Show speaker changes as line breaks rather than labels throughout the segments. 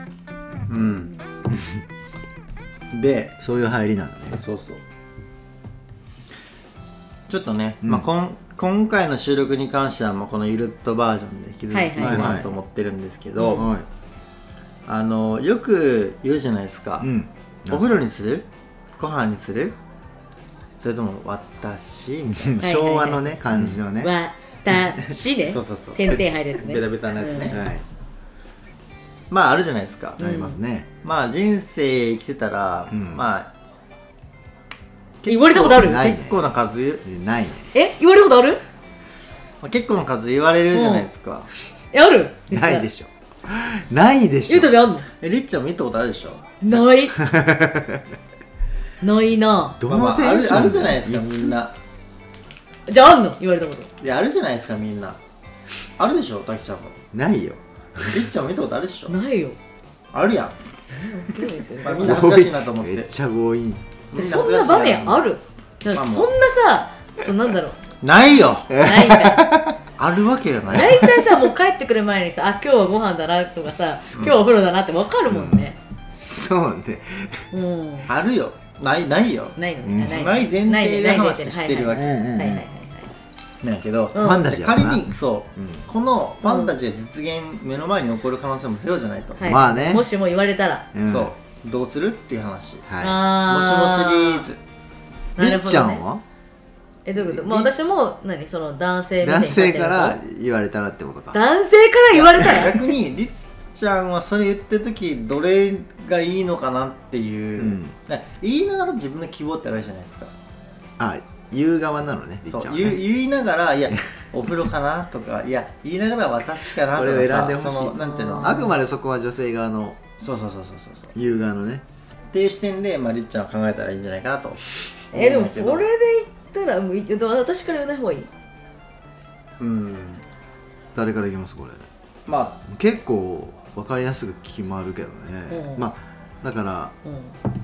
ね
うん、で
そういう入りなのね
そうそうちょっとね、まあ、
うん
こん今回の収録に関してはもうこのゆるっとバージョンで引き続き
はい
い
は
こ
いうはい
かなと思ってるんですけど、
は
あのよく言うじゃないですか、
いうん
お風呂にするご飯にするそれとも私み たい
はい
昭和のね感じのねは
わたしね
なそうそうそう
点々入るやつね
ベタベタなやつね、
うん
い
まああるじゃないですか、
ありますね
まあ人生生きてたら、
うん
まあ
言われたことある
ないね
結構な数、
えないね
え言われたことある
まあ、結構な数言われるじゃないですか、
えある
ないでしょないでし
ゆ
ょ
うたびあんの
えりっちゃんも言ったことあるでしょ
ない ないな
ど
まあま
の
あ
テンション
あるあるじゃないですかみん
な
な
じゃああんの言われたこと
いやあるじゃないですかみんなあるでしょたきちゃんも
ないよ
りっちゃんも言ったことあるでしょ
ないよ
あるやん
そうですよね
まあみんな恥ずかしいなと思っ
めってちゃ強引
みんな
そんな場面あ
る
るなん
まあ
か
もう
そんなさそうな んだろう
ないよ
ないんだ
あるわけがない
大体さもう帰ってくる前にさあ今日はご飯だなとかさ今日はお風呂だなってわかるもんね
そうね
うん
あるよないないよ
ないのねあ
ない前提で話してるわ
け
け
うんうんうん
はいはいはい
なんやけど、
うん
ファンタジーや
仮
な
にそう、
うん
このファンタジーが実現目の前に起こる可能性もゼロじゃないと、
はい
まあね
もしも言われたら
うん
そうどうするっていう話、
は
あ
もしもシリー
ズ
ズ
いりっちゃんは
えどういうことまあ私も何その男性目
男
線に立って
性
る
から言われたらってことか
男性から言われた ら
逆にりっちゃんはそれ言ってる時どれがいいのかなっていう、
うん
ね言いながら自分の希望ってあるじゃないですか
あ言う側なのねりっち
そ
ゃ
うん
は
言う
ね
言いながらい やお風呂かなとかいや言いながら私かなと
こ
か
れ
さ
を選んでほし
その
い
なんていうの
あくまでそこは女性側の
そうそうそうそうそうそう
言う側のね
っていう視点で、まあ、りっちゃんは考えたらいいんじゃないかなと
えでもそ
思うん
れ
だ
で言ったらもうい私から言わない方がいい
けどうん
誰からいきますこれ
ま
結構分かりやすく決まるけどね、
うん
まあだから
うん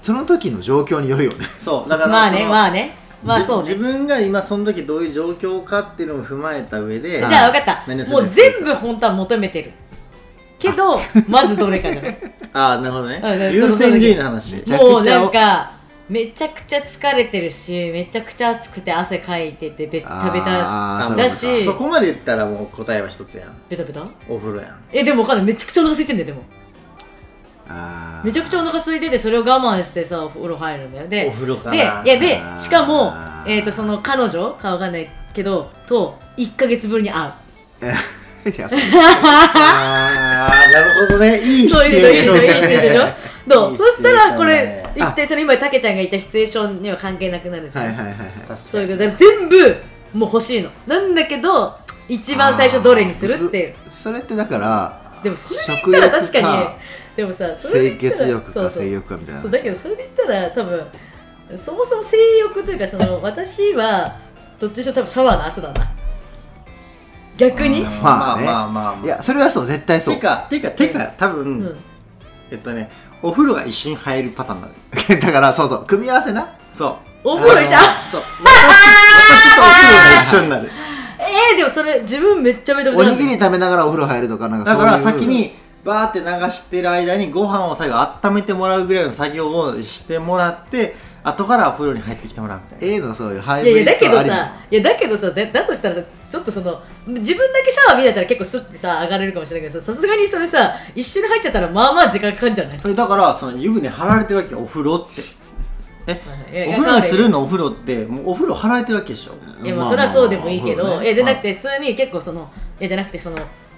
その時の状況によるよね
あ そうだから
まあね
その
まあねまあ
じ
そうね
自分が今その時どういう状況かっていうのを踏まえた上で
じゃあ分かっ
何を
た
する
もう全部本当は求めてるけどまずどれかじゃない
ああなるほどね
うん
優先順位の話
ちゃ
もう
くちゃ
なんかめちゃくちゃ疲れてるしめちゃくちゃ暑くて汗かいててベタベタ
あー
あ
そう
だ
か
し
そうか
そこまで言ったらもう答えは一つやん
ベタベタ
お風呂やん
えでも分かんないめちゃくちゃお腹空いてんだよでも
あー
めちゃくちゃお腹空いててそれを我慢してさお風呂入るんだよで
お風呂か
でい
な
やで
あー
しかもえっ、とその彼女かわかんないけどと1か月ぶりに会う
いや
ああなるほどねいいシ
そういい
チュ
でしょ
エー
いいで
シ
し
ョン
ょいい
だね
でしょど
いうい
そしたらこれ
シチュエーションだね
一体その今たけちゃんが言ったシチュエーションには関係なくなるじゃん、
はいはいはいはい
確
そ
か
ういう
に
ことで全部もう欲しいのなんだけど一番最初どれにするっていう
あーそそれってだから
でもそれで
食
言ったら
欲
確かに
か
でもさそれ
清
で言ったら
潔欲
そう
か
そう
性欲かみたいな
そうだけどそれで言ったら多分そもそも性欲というかその私はどっちにしろ多分シャワーの後だな逆に
あ
ま
ま
あ
あね
まあまあまあ
いやそれはそう絶対そう
てかてかてか多分、
うん
えっとねお風呂が一緒に入るパターンになる
だからそうそう組み合わせな
そう
お風呂一緒
あのそう私私とお風呂が一緒になる
えー、でもそれ自分めっちゃめちゃめちゃ
お
なん
に
だ
ぎ
よ
り食べながらお風呂入るとかなんか
だ
そう
か
いう
ら先にバーって流してる間にご飯を最後温めてもらうぐらいの作業をしてもらって後からお風呂に入ってきてもらうみたいな
A のそういうハイ
い
ブ
やい
リ
やだ
ッ
け
ド
ど
あり
さいやだけどさだだとしたらさちょっとその自分だけシャワー見れたら結構スッてさ上がれるかもしれないけどささすがにそれさ一緒に入っちゃったらまあまあ時間かかんじゃない
えだからその湯船張られてるわけよお風呂って
いやい
お
や
風呂にするのお風呂ってもうお風呂張られてるわけでしょ
いやまあそれはそうでもいいけ
まあ
ど、
まあまあ
いやじゃなくて普通に結構そのいやじゃなくてその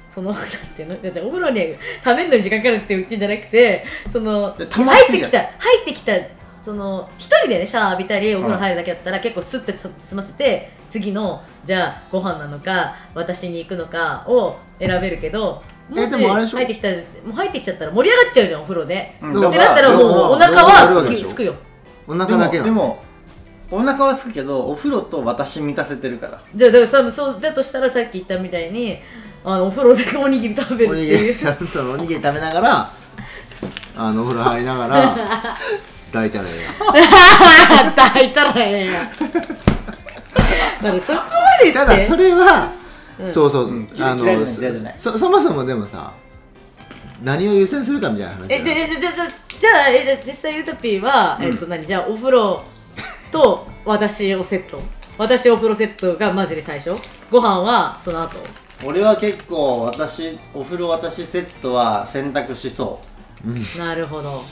そのなんていうのだってお風呂に食べるのに時間かかるって言ってんじゃなくてその
で溜まって
入
る
っ
や
て
ん
きた入ってきたその一人でねシャワー浴びたりお風呂入るだけだったら結構スッてす済ませて次のじゃあご飯なのか私に行くのかを選べるけども
え
し
でもあれでしょ
入ってきたもう入ってきちゃったら盛り上がっちゃうじゃんお風呂で、
うん
ってなったらもうお
だから両
腹
方あるわけ
は
で
すき
しょ
すくよ
お腹だけ
でも
な
で
の
もお腹はすくけどお風呂と私満たせてるから
じゃあだからさそうだとしたらさっき言ったみたいにあのお風呂でおにぎり食べるっ
お
て
にぎ
い
り
う
ちゃんとおにぎり食べながらあのお風呂入りながら抱い たらえ
抱いたらええやんだからそこまで
え
して
ただそれは、
うん
そうそう、
うん
あの
嫌いじゃない嫌いじゃない
そそもそもでもさ何を優先するかみたいな話だ
え
よ
じゃじゃじゃじゃじゃあえじゃあ実際ユトピーは、えっと何じゃあお風呂と私をセット私お風呂セットがマジで最初ご飯はその後
俺は結構私お風呂私セットは選択しそ
なるほど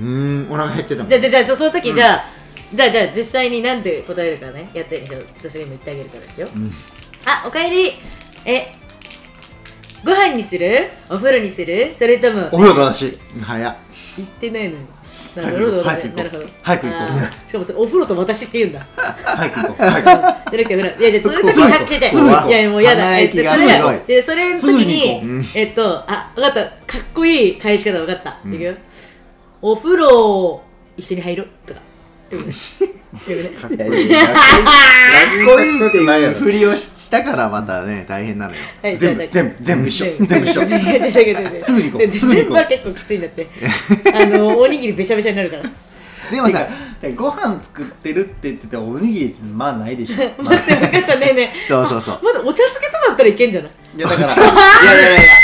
うーんお腹減ってたもん
じゃあじゃあじゃあそその時、じゃあじゃあじゃあ実際になんて答えるかねやってみて私が今言ってあげるからですよ、あおかえりえご飯にするお風呂にするそれとも
うお風呂と私
早っ
言ってないのになるほど
早く行こう
なるほど
早く行こう
あーしかもそれお風呂と私って言うんだ
早く行こう 早く
じゃなくてほらいやいやそれの時
すぐ行こう
は違う違う
すぐ行こう
いやいやもうやだ
鼻
えっと
息
そ
が
れ
す
ご
じゃあそれの時
すぐに行
に
こ
えっとあ分かったかっこいい返し方分かった、いくよお風呂一緒に入ろうとか よくねよくね
いやいや かっこいいかっこいいっていうふりをしたからまたね大変なのよ
はい
全
じゃ
部
あ
全部全部一緒全部一緒
違う違う違う違う
すぐに行こうすぐに行こ
全
う
部は結構きついんだって あのおにぎりべしゃべしゃになるから
でもさ
てかご飯作ってるって言ってておにぎりってまあないでしょ
待って分かったねえねえ
そうそうそう
あまだお茶漬けとかだったらいけんじ ゃない
いやだから
いやいやいや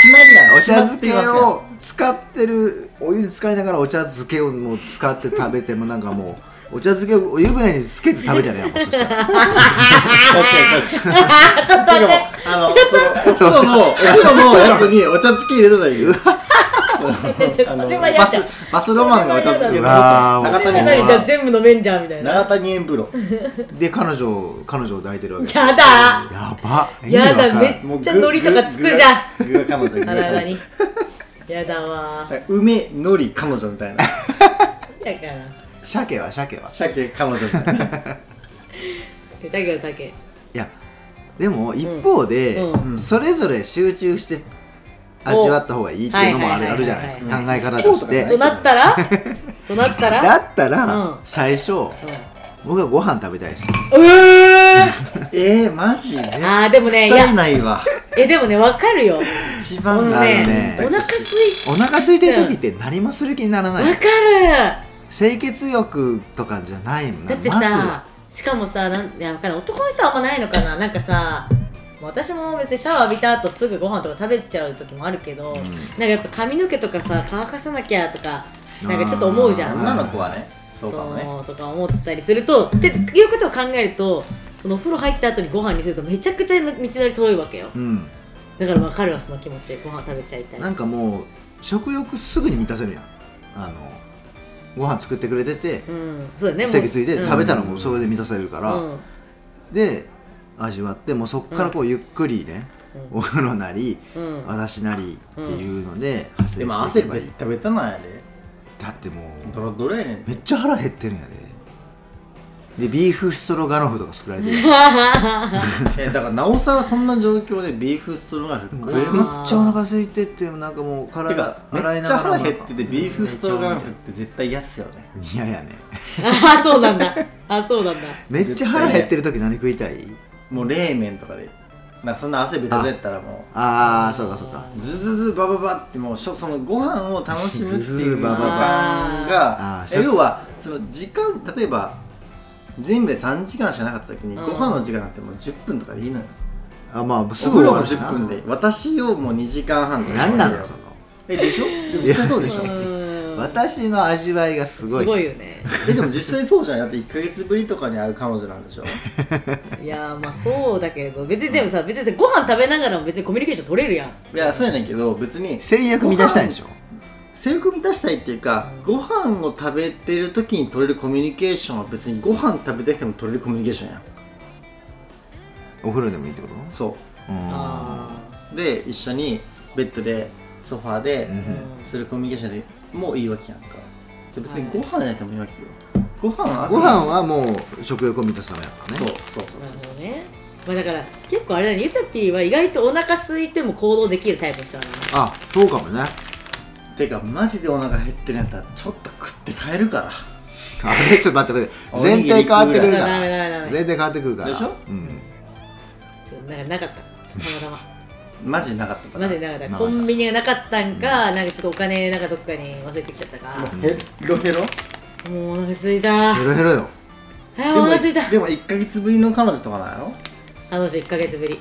締まりなの
お茶漬け
締まってますから
を使ってるお湯に浸かりながらお茶漬けをもう使って食べてもなんかもうお茶漬けをお湯船につけて食べてるやんもうそしたら
確かに確かに
ちょっ
し
と待っ
かも
て
あのそのお風呂のお風呂のやつにお茶漬け入れとったらいいよ
ちょっと
あ
そ
の
れは嫌
バス
じゃん
バスロマンがお茶漬け
う
の
わー
長
それ
谷
は
園
何じゃあ
は
全部飲めんじゃんみたいな
長谷園風呂
で彼女彼女を抱いてるわけ
やだ
やば
やだ
意味わからん
めっちゃ海苔とかつくじゃ
ん具が彼女に
あらあらにやだわー
梅海苔彼女みたいな
だから
鮭は鮭は
鮭彼女みたいな
だけどだけ
いやでも一方で、
うん
うん
それぞれ集中して味わった方がいいっていうのもある
お
あるじゃないです
は
か考え方とし
そ
て
となったらとなったら
だったら、
うん
最初僕はご飯食べたいです
うんうーん
えー、マジ絶
あーでもねい
対
や
ないわ
えでもねわかるよ
一
あ
番
の
な
な
る
い
ね
ね
お腹すい
お腹空いてる時って何もする気にならな
わ
い、
かる
清潔欲とかじゃないもんな
だって
まず
さしかもさなんいやわかんない男の人はあんまないのかななんかさもう私も別にシャワー浴びた後すぐご飯とか食べちゃう時もあるけど、なんかやっぱ髪の毛とかさ乾かさなきゃとかなんかちょっと思うじゃん
あー
女の子はねそうかもね
そうとか思ったりするとっていうことを考えるとそのお風呂入った後にご飯にするとめちゃくちゃ道のり遠いわけよ
うん
だから分かるわその気持ちご飯食べちゃいたい
なんかもう食欲すぐに満たせるやんあのご飯作ってくれてて
うんそうだね
席ついて食べたらもう
うん
それで満たされるから、
うん
で味わってもうそっからこうゆっくりね、
う
お風呂なり
うんうん
私なりっていうので発
で
生
も
して
汗
いけ
べ
ばいい、
っ食べたなんやで
だってもう
ドロドロやねん
めっちゃ腹減ってるんやででビーフストロガノフとか作られてる
えだからなおさらそんな状況でビーフストロガノフ食え
めっ
ま
ちゃお腹空いてってなんかも
す
う
て
体
か
洗
め
い
っ
な
ちゃ
がら
腹減っててビーフストロガノフって絶対安よね
嫌やね
ああそうなんだああそうなんだ
めっちゃ腹減ってる時何食いたい
もう冷麺とかでなんかそんな汗べたべったらも
ああそうかそうか
うズズズバババってもうしょそのご飯を楽しむっていう
ズ
時
ズズバババ
間
あ
が
ー
え要はその時間例えば全部で3時間しかなかった時に
うん
ご飯の時間なんてもう10分とかでいいのよ
あまあす
お風
ぐ
呂
終わ
も
るしな
10分で私をもう2時間半とか
何なのそ
えでしょでも実際そうでしょ
うん
の私の味わいがすごい
すごいよね
えでも実際そうじゃんだって1か月ぶりとかに会う彼女なんでしょ
いやーまあそうだけど別にでもさ別にさご飯食べながらも別にコミュニケーション取れるやん
いやそうやねんけど別に
制約満たしたいんでしょ
制服満たしたいっていうかご飯を食べてる時に取れるコミュニケーションは別にご飯食べてきても取れるコミュニケーションやん
お風呂でもいいってこと
そ
うん
あ
うで一緒にベッドでソファーで
うん
するコミュニケーションでもういいわけやんかじゃあ別にご飯やってもいいわけよご飯は
ご飯はもう食欲を満たすためだからね
そうそうそう
なるほどねまあだから結構あれだねゆたぴーは意外とお腹空いても行動できるタイプの人なの
あ そうかもね
てかマジでお腹減ってるんやったらちょっと食って帰るか
あれちょっと待って待って全体変わってくるか
おにぎり食うぐらいダメダメダ
ら
メ
全体変わってくるから
でしょ
うん
ちょっとなんかなかったちょっとたまた
らマジでなかったか
ま
ら
マジでなかっ
なか
たコ
った
ンビニがなかったんか、なんかちょっとお金なんかどっかに忘れてきちゃったか、
もうヘロヘロ
もうお腹すいたあ
ヘロヘロよ
ーお腹すいた
でも1か月ぶりの彼女とかなんやろ
あの人1ヶ月ぶり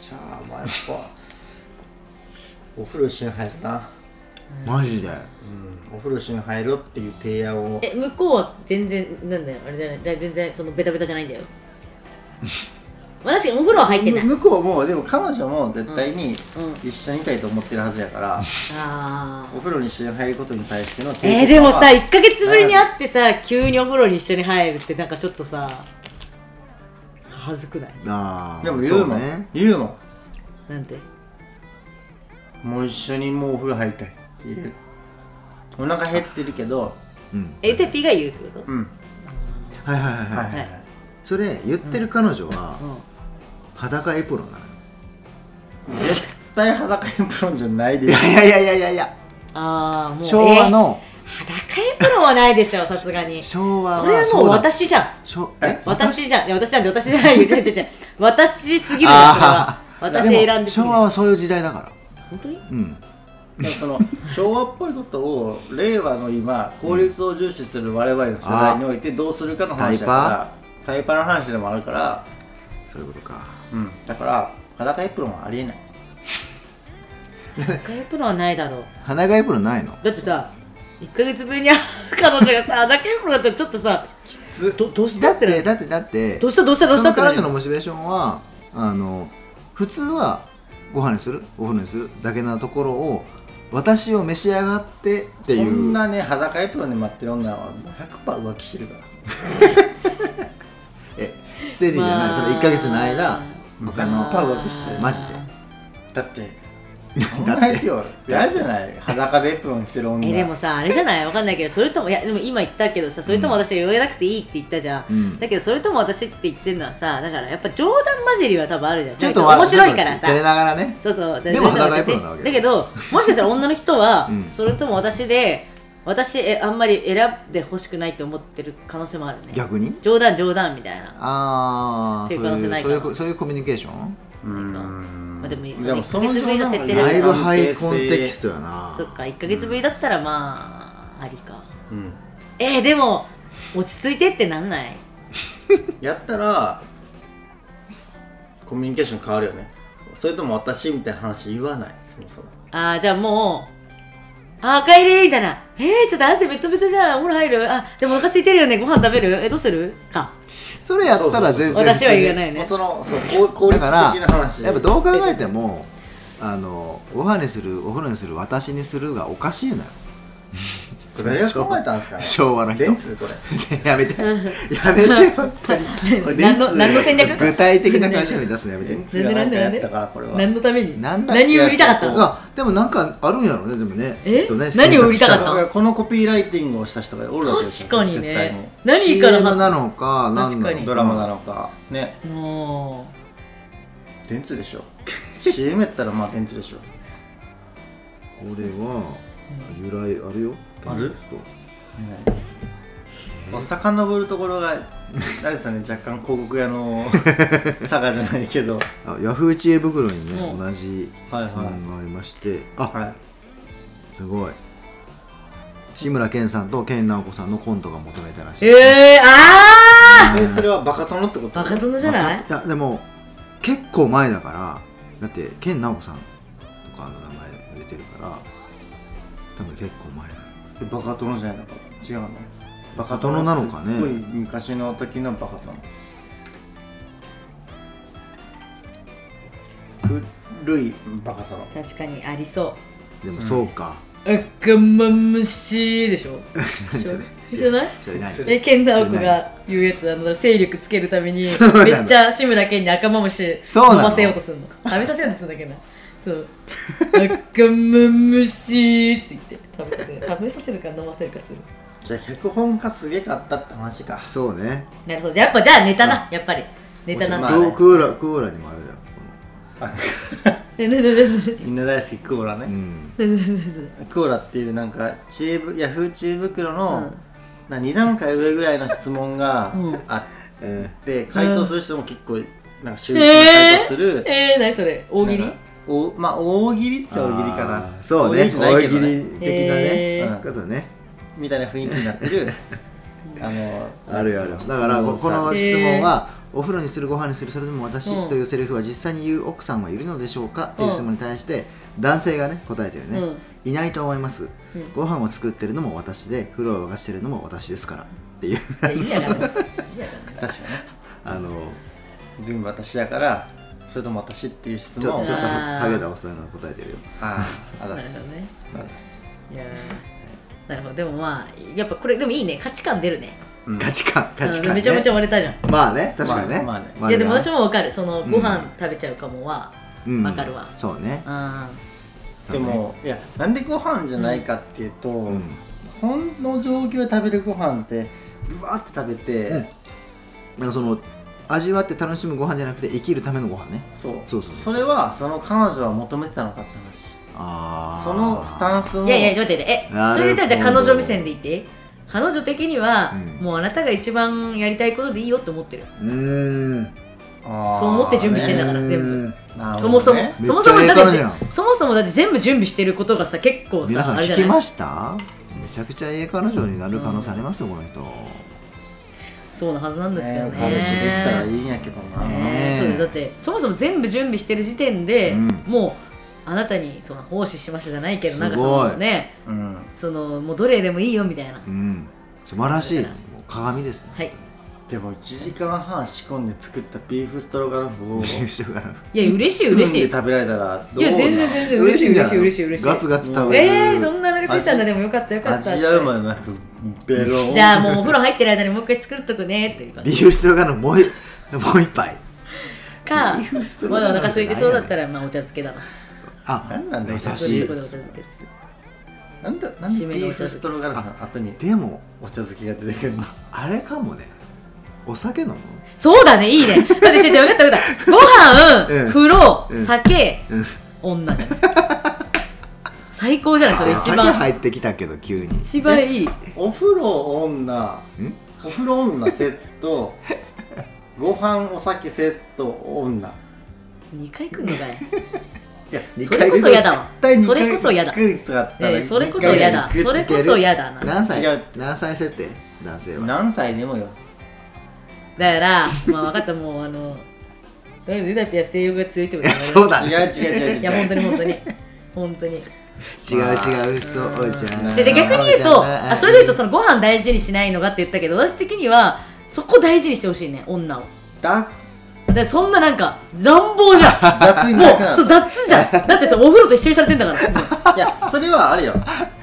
じゃあまあやっぱ お風呂一緒に入るな、
マジで
うん、お風呂一緒に入ろうっていう提案を
え向こうは全然なんだよあれじゃないじゃあ全然そのベタベタじゃないんだよ私お風呂は入ってない、うん、
向こうもでも彼女も絶対に
あ
一緒にいたいと思ってるはずやから、
あ
お風呂に一緒に入ることに対しての抵抗は
えー、でもさ1か月ぶりに会ってさ急にお風呂に一緒に入るってなんかちょっとさ恥ずくない
ああ
でも言うもん
ね
言うも
なんて
んもう一緒にもうお風呂入りたいっていうお腹減ってるけど
うん
えテピが言うってこと、
うん
はいはいは
は
い
い
は
はいい、はい
それ言ってる彼女は
うん
裸エプロンなのよ
絶対裸エプロンじゃないで
い
す
やいやいやいやいや
ああもう
昭和の
え裸エプロンはないでし ょさすがにそ
昭和
れ
は
はもう
そうだ
私じゃん
昭え
私じゃんいや私じゃんで私じ ゃないよ違う違う違う私すぎるよそれは
あー
私選んで
も
すぎ
昭
る
和はそういう時代だから
本当に
うん
でもその昭和っぽいことを令和の今効率を重視する我々の世代においてどうするかの話だからタイパの話でもあるから、
そういうことか
うん、だから裸エプロンはありえない
裸エプロンはないだろう
花がエプロンないの
だってさ1ヶ月ぶりに会う 彼女がさ裸エプロンだったらちょっとさきつどどうした
だ
っ
って
な
て
る
だってだって
どうしたどうしたどうし
そ
た
の
って
彼
なる
女のモチベーションはあの普通はご飯にするお風呂にするだけなところを私を召し上がってっていう
そんなね裸エプロンで待ってる女は100%浮気してるから
えステディじゃない、
まあ
その1か月の間他
まあ
の
浮気してる
マジで
だってだってですよ嫌じゃない裸でエプロン着てる女
えでもさあれじゃないわかんないけどそれともいやでも今言ったけどさそれとも私は言えなくていいって言ったじゃ
う
ん、
ん
だけどそれとも私って言ってるのはさだからやっぱ冗談交じりは多分あるじゃん
ちょっと
なん
わ
面白いからさ
照れながらね
そうそう
でも
それと
裸エ
私
プロンなわけ
だけどもしかしたら女の人は、
うん
それとも私で私えあんまり選んでほしくないと思ってる可能性もあるね
逆に
冗談冗談みたいな
あ
っ
あ
て
そ
いう
う
可能性ないいう
そう
かな
いうそういうコミュニケーション
うーん
まあでもいい
でもその
別々の設定で
だいぶハ
関
イ
係性
コンテキストやな
そっか1ヶ月ぶりだったらまあありか
うん
えー、でも落ち着いてってなんない
やったらコミュニケーション変わるよねそれとも私みたいな話言わないそもそも
ああじゃあもうあー帰りみたいな「えー、ちょっと汗ベトベトじゃんお風呂入るあでもお腹空いてるよねご飯食べるえどうする?」か
それやったら全然
私は言わないい
もう
ね
そのそう効効率
だ
的
か
な
ら
話
やっぱどう考えてもあのご飯にするお風呂にする私にするがおかしいのよ
誰が考えたんですかね
昭和の人
電通これ
やめてやめて 本当に
何の何の戦略
具体的な話は出すのやめて
電通がなんかやったからこれは
何のために
なんだっけ
何を売りたかったの
あでもなんかあるんやろねでもね
え
きっとね
何を売りたかった
だ からこのコピーライティングをした人がおるわけです
確
よ
かに
絶対に
ね何から
CM な
は
のかなんだ
確か
ろ
に
う
ドラマなのかね
も
電通でしょ CM やったらまあ電通でしょ
これは由来あるよ
ある
ちょっ
もう遡るところがあれですよね若干広告屋 の佐賀じゃないけど
とあヤフー知恵袋にね
うん
同じ質問がありましてあ
はい
すごい志村けんさんと健直子さんのコントが求めたらし
う
い
えー、あ
えそれはバカ殿ってこ
ー
と
バカ殿じゃない
わかったでも結構前だからだって健直子さんとかの名前入れてるから多分結構前なの
えバカ殿じゃないのか違うのバ
カ殿なのかね
すっごい昔の時のバカ殿古いバカ殿
確かにありそう
でもそうか、
赤まむしでしょ知らない
それ何
それ
え、ケンダオコが言うやつあの勢力つけるために
そうなの
めっちゃ志村けんに赤まむし飲
そうなの
ませようとするの食べさせようとするんだけどなそう赤まむしって言って食べさせる食べさせるか飲ませるかする
じゃあ脚本家すげえかったって話か
そうね
なるほどやっぱじゃあネタなやっぱりネタな
まあ
ね
クオクーラクオーラにもあるよ
ねねねねね
みんな大好きクオラ
う
ね、
ん
クオラっていうなんか知恵ぶヤフー知恵袋
う
の
ん、
な2段階上ぐらいの質問が
うん
あ
え
って回答する人も結構なんか秀逸に回答する、
えー、何それ大喜利
なんかおまあ大喜利っ
ー
ちゃ大喜利か
あー
な
そうね
じゃない
大
け
喜
どね
利的なね、
え
ー
ことね
みたいな雰囲気になってるあの
あるよあるよだ
質問
からここの
さ
質問は、お風呂にするご飯にするそれでも私、
うん
というセリフは実際に言う奥さんはいるのでしょうかっていう質問に対して男性がね答えてるね、
うん
いないと思います、
うん
ご飯を作ってるのも私で風呂を沸かしてるのも私ですからっていう
いやい やだめいやだめ
確かにね
あの
全部私だからそれとも私っていう質
ち
問
ょ
を
ちょっと
あー
ハゲたおっさんが答えてるよ
あああ
な
だ
る
す
ほどね
あだす
いやーなるほどでもまあやっぱこれでもいいね価値観出るね
うん
価値観価値観、
うん
ね、
めちゃめちゃ割れたじゃん
まあね確かにね,、
まあまあね
いやでも私
も
もわかるその
うん
ご飯食べちゃうかもはわかるわ
そうね
うん
でもいやなんでご飯じゃないかっていうと、
うん
その状況で食べるご飯ってぶわって食べて、
うんなんかその味わって楽しむご飯じゃなくて生きるためのご飯ね
そう
そうそう
それはその彼女は求めてたのかって話
ああ
そのスタンスの
いやいや待って待って
な
え
るほど
それで言ったらじゃあ彼女目線で言って彼女的には、
うん
もうあなたが一番やりたいことでいいよって思ってる
うーん
そう思って準備してんだから全部
部
そもそも、
ね
そもそも
めっちゃ
だっ
ええ彼女
てそもそもだって全部準備してることがさ結構
皆さ
さ
ん
あれ
聞
じ
き
ゃない
ましためちゃくちゃええ彼女になる可能性ありますよ、この人
そうなはずなんですけどね,、
彼氏できたらいいんやけどな、
ね
そうですだってそもそも全部準備してる時点で、
うん
もうあなたにその奉仕しましたじゃないけどなんか
す
そ
ごい
のね
うん
そのもうどれでもいいよみたいな、
うん素晴らしいもう鏡ですね
はい
でも1時間半仕込んで作ったビーフストロガノ フを
優秀がな
いや嬉しい
分で
嬉しい
食べられたらど
いうや
な
全然全然嬉しい嬉しい嬉しい嬉しい
ガツガツ食べる
えー、そんな流せたんだでもよかったよかった
味やうまでなくベロン
じゃあもうお風呂入ってる間にもう一回作っとくねっていう感
ビ
じ
ーフストロガノフもういもう一杯
か
ビーフストロ
ま
ガノ
だ
フ
お腹空いてそうだったらまあお茶漬けだな
あ
なんなんだよ
優
そ
し
れ
い
こでお茶漬けです
なんだなんでビーフストロガノフの後に
でも
お茶漬けが出てくるの
あれかもねお酒飲む
そうだねいいねだってちょちょ分かった分かったご飯、
うん
風呂、
うん
酒、
うん
女じゃない最高じゃないそれ
あ
一
酒
番
入ってきたけど急に
一番いい
お風呂女
ん
お風呂女セッ トご飯お酒セット女
2回来んのかい
いや
二
そ
回
れこそ嫌だわ
絶対二
そ
回
れこそ嫌だ
クイズがあっ
い
た
や
ら
いやそれこそ嫌だ
二回
それこそ嫌だなだ
何歳
違う
何歳設定男性は
何歳でもよ
からまあ分かったもうあのとりあえずユダピは性欲が強いってこと
いや そうだ
違う
ね
違う違う違う
いや本当に本当に本当に
違う違う嘘おいちゃん
でで逆に言うと
おいちゃん
あそれで言うとそのご飯大事にしないのがって言ったけど私的にはそこ大事にしてほしいね女を
だ
だからそんななんか乱暴じゃん
雑に
も
なくな る
うそう雑じゃんだってさお風呂と一緒にされてんだからもう
いやそれはあれよ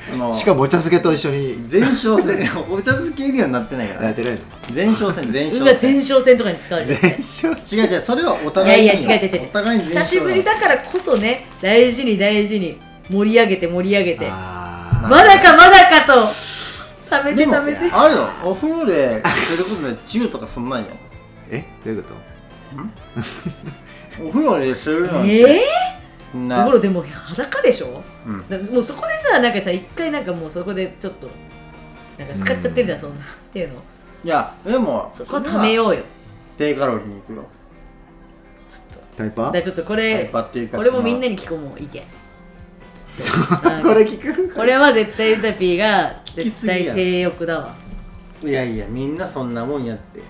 その
しかもお茶漬けと一緒に
前哨戦お茶漬けにはなってないか
や
ら
ってないの
前哨戦前
う
哨
わ前
戦
哨戦とかに使われてる
全勝
違う違うそれはお
いや
互い
い
に
や違う違う違う
お互いに前哨
久しぶりだからこそね大事に大事に盛り上げて盛り上げて
あ
まだかまだかと食べて
でも
食べて
あるよお風呂でそれこそね中とかそんなんよ
ーえどういうこと
お風呂でするなんて、
ええ
そん
お
な
風呂でも裸でしょ
うん
だもうそこでさなんかさ一回なんかもうそこでちょっとなんか使っちゃってるじゃん、そんなっていうの
いやでも
そこはためようよ
低カロリーに行くよ
タイパ
だからちょっとこ
タイ
れ
パっていうか
これもみんな
に
に聞こうもう意見ちょっとなんか
これ聞く
これは絶対ユタピーが
聞きす
絶
ぎや
対性欲だわ
いやいやみんなそんなもんやって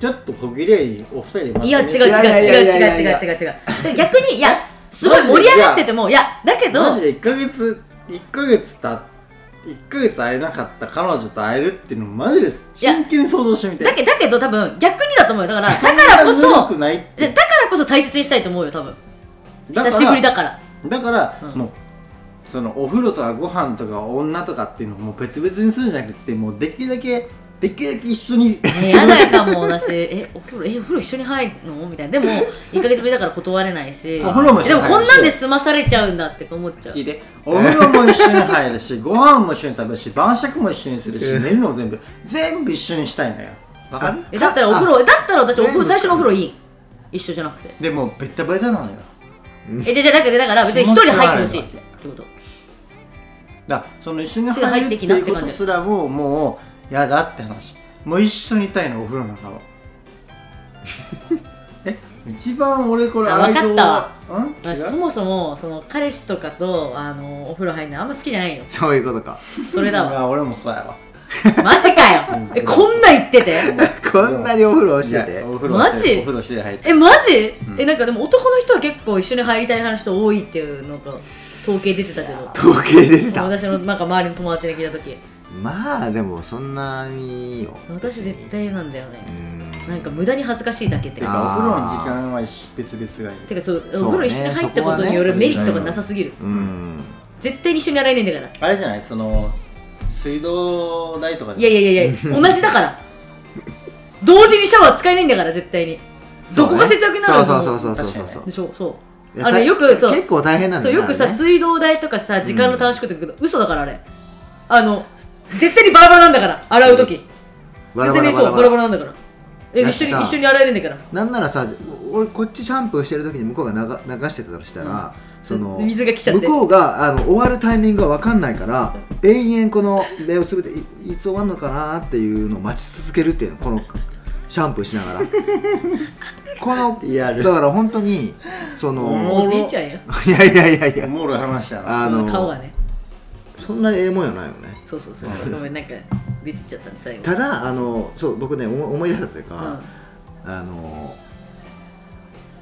ちょっと小切れにお二人でまとめ
いや違う違う違う
いやいやいやいやいや
違う違う違う違うで逆にいやすごい盛り上がっててもいやだけど
マジで1ヶ月1ヶ月た1ヶ月会えなかった彼女と会えるっていうのマジで真剣に想像してみて
だけだけど多分逆にだと思うよだ からだか
だ
らこ
無力
そ
ないって
でだからこそ大切にしたいと思うよ多分
だから
久しぶりだから
だから、
うん
もうそのお風呂とかご飯とか女とかっていうのをもう別々にするんじゃなくてもうできるだけできるだけ一緒に
えやだかも私えお風呂えお風呂一緒に入るのみたいなでも1ヶ月ぶりだから断れないし
お風呂も一
で
緒
も
に
こ
入る
ん
し
なんで済まされちゃうんだって思っちゃう
聞いてお風呂も一緒に入るしご飯も一緒に食べるし晩酌も一緒にするし寝るのも全部全部一緒にしたいのよわかる
えだったらお風呂だったら私お
全
風呂
部
最初のお風呂いい一緒じゃなくて
でもベタベタなのよ
えじゃじゃなくてだから別に一人入ってほしい
気持ち悪い
っ
わ
てこと
だからその一緒に入るっていうことすらもうもうやだって話もう一緒にいたいのお風呂の中をえ一番俺これ
あわかったわ
愛情
まあそ
うん違う
もそもその彼氏とかとあのお風呂入るのあんま好きじゃないよ
そういうことか
それだわ
いや俺もそうやわ
マジかよえこんなん言ってて
こんなにお風呂してて
お風呂して
マジ
お風呂して入って
えマジ、
ん
えなんかでも男の人は結構一緒に入りたい話人多いっていうなんか統計出てたけど
統計出てた
私のなんか周りの友達に聞いた時
まあでもそんなによ
私絶対嫌なんだよ
う
ね、
ん
なんか無駄に恥ずかしいだけって
て
か
かお風呂の時間は別々がいい
てかそう
そうね
お風呂一緒に入ったことによるメリットがなさすぎる、
うん
絶対に一緒に洗えねえんだから
あれじゃないその水道代とか
いやいやいやいや同じだから同時にシャワー使えないんだから絶対にどこが節約になるの
そうそうそうそうそうそう
でしょそう
いや
あれ
た
よくそう
結構大変なんだ
そう
ね
よくさ、
あれね
水道代とかさ時間の短縮とか言うけど、嘘だからあれあの絶対にバラバラなんだから洗う時
バラ
絶
バラ
対に
バ
そ
ラ
う
バ
バラ
ラ
バラなんだからえ
だ
一
って
緒
さ
に一緒に洗えるんだから
なんならさ俺こっちシャンプーしてる時に向こうが流流してたとしたら、その
水が来ちゃって
向こうがあの終わるタイミングが分かんないから延々この目をすべていいつ終わるのかなっていうのを待ち続けるっていうのこのシャンプーしながらこの
リアル
だから本当にその
おじいちゃんや
いやいやいやい
お
や
もろい話やな
あ
その
の
顔がね
そんなええもんやないよね
そうそうそうそうごめんなんかディスっちゃったね最後
ただあのそう僕ね思思い出したというか、
うん
あの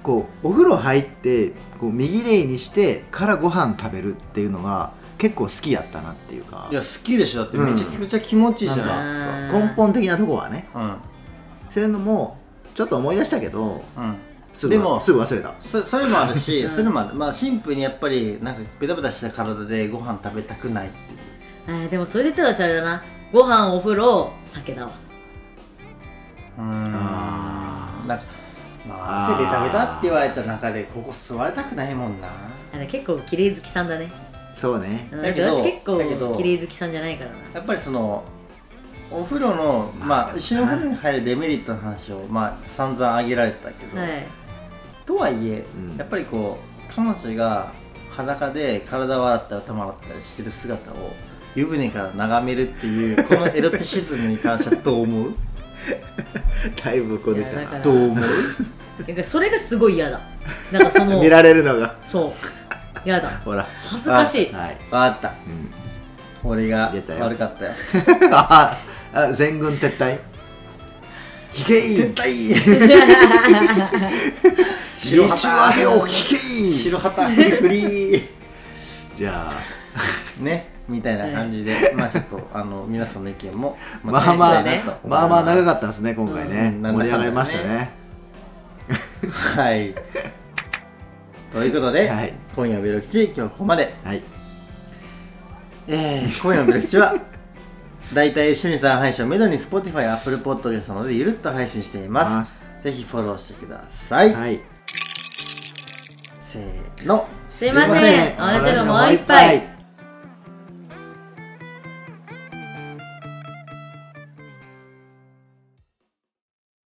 こうお風呂入ってこう右レイにしてからご飯食べるっていうのが結構好きやったなっていうか
いや好きでしょだってめちゃくちゃ気持ちいいじゃないで
なん
す
か
根本的なとこはね
かうん
そういうのもちょっと思い出したけど
うん
すぐ
でも
すぐ忘れた
そそれもあるし、
うん
それもあるまあシンプルにやっぱりなんかベタベタした体でご飯食べたくないっていう
あーでもそれで言ったら私あれだなご飯お風呂酒だわ
うーん
あ
なんかま
あ
あ
ー
汗で食べたって言われた中でここ座れたくないもんな
あれ結構綺麗好きさんだね、
そうね
うん、
だけど
私結
だけど
構綺麗好きさんじゃないからな
やっぱりそのお風呂のまあ一緒にお風呂に入るデメリットの話をまあ散々挙げられてたけど、
はい
とはいえ、
うん
やっぱりこう彼女が裸で体を洗ったり頭を洗ったりしてる姿を湯船から眺めるっていうこのエロティシズムに関しては どう思う
だいぶこうでき
い
た
やだから
な
どう思う
なんかそれがすごい嫌だなんかそ の
見られるのが
そう嫌だ
ほら
恥ずかしい
はい、
わかった
うん、
俺が
出たよ
悪かったよ
ああ全軍撤退ひけい撤退道を開けようひけい
白旗フリフリ
じゃあ
ねみたいな感じで、まあちょっとあの皆さんの意見も
まあ
聞
まあ、
きたいなと思い
まあまあ長
か
かったですね、今回ね。
うん
盛り上がりましたね。
ったはいということで、
はい
今夜のベロ吉今日はここまで
はい。
えー、今夜のブロッチは大体週に3配信をめどに Spotify、Apple Podcast などでゆるっと配信しています。ぜひフォローしてください。
はい。
せーの。
すいません
私
私のもう一杯。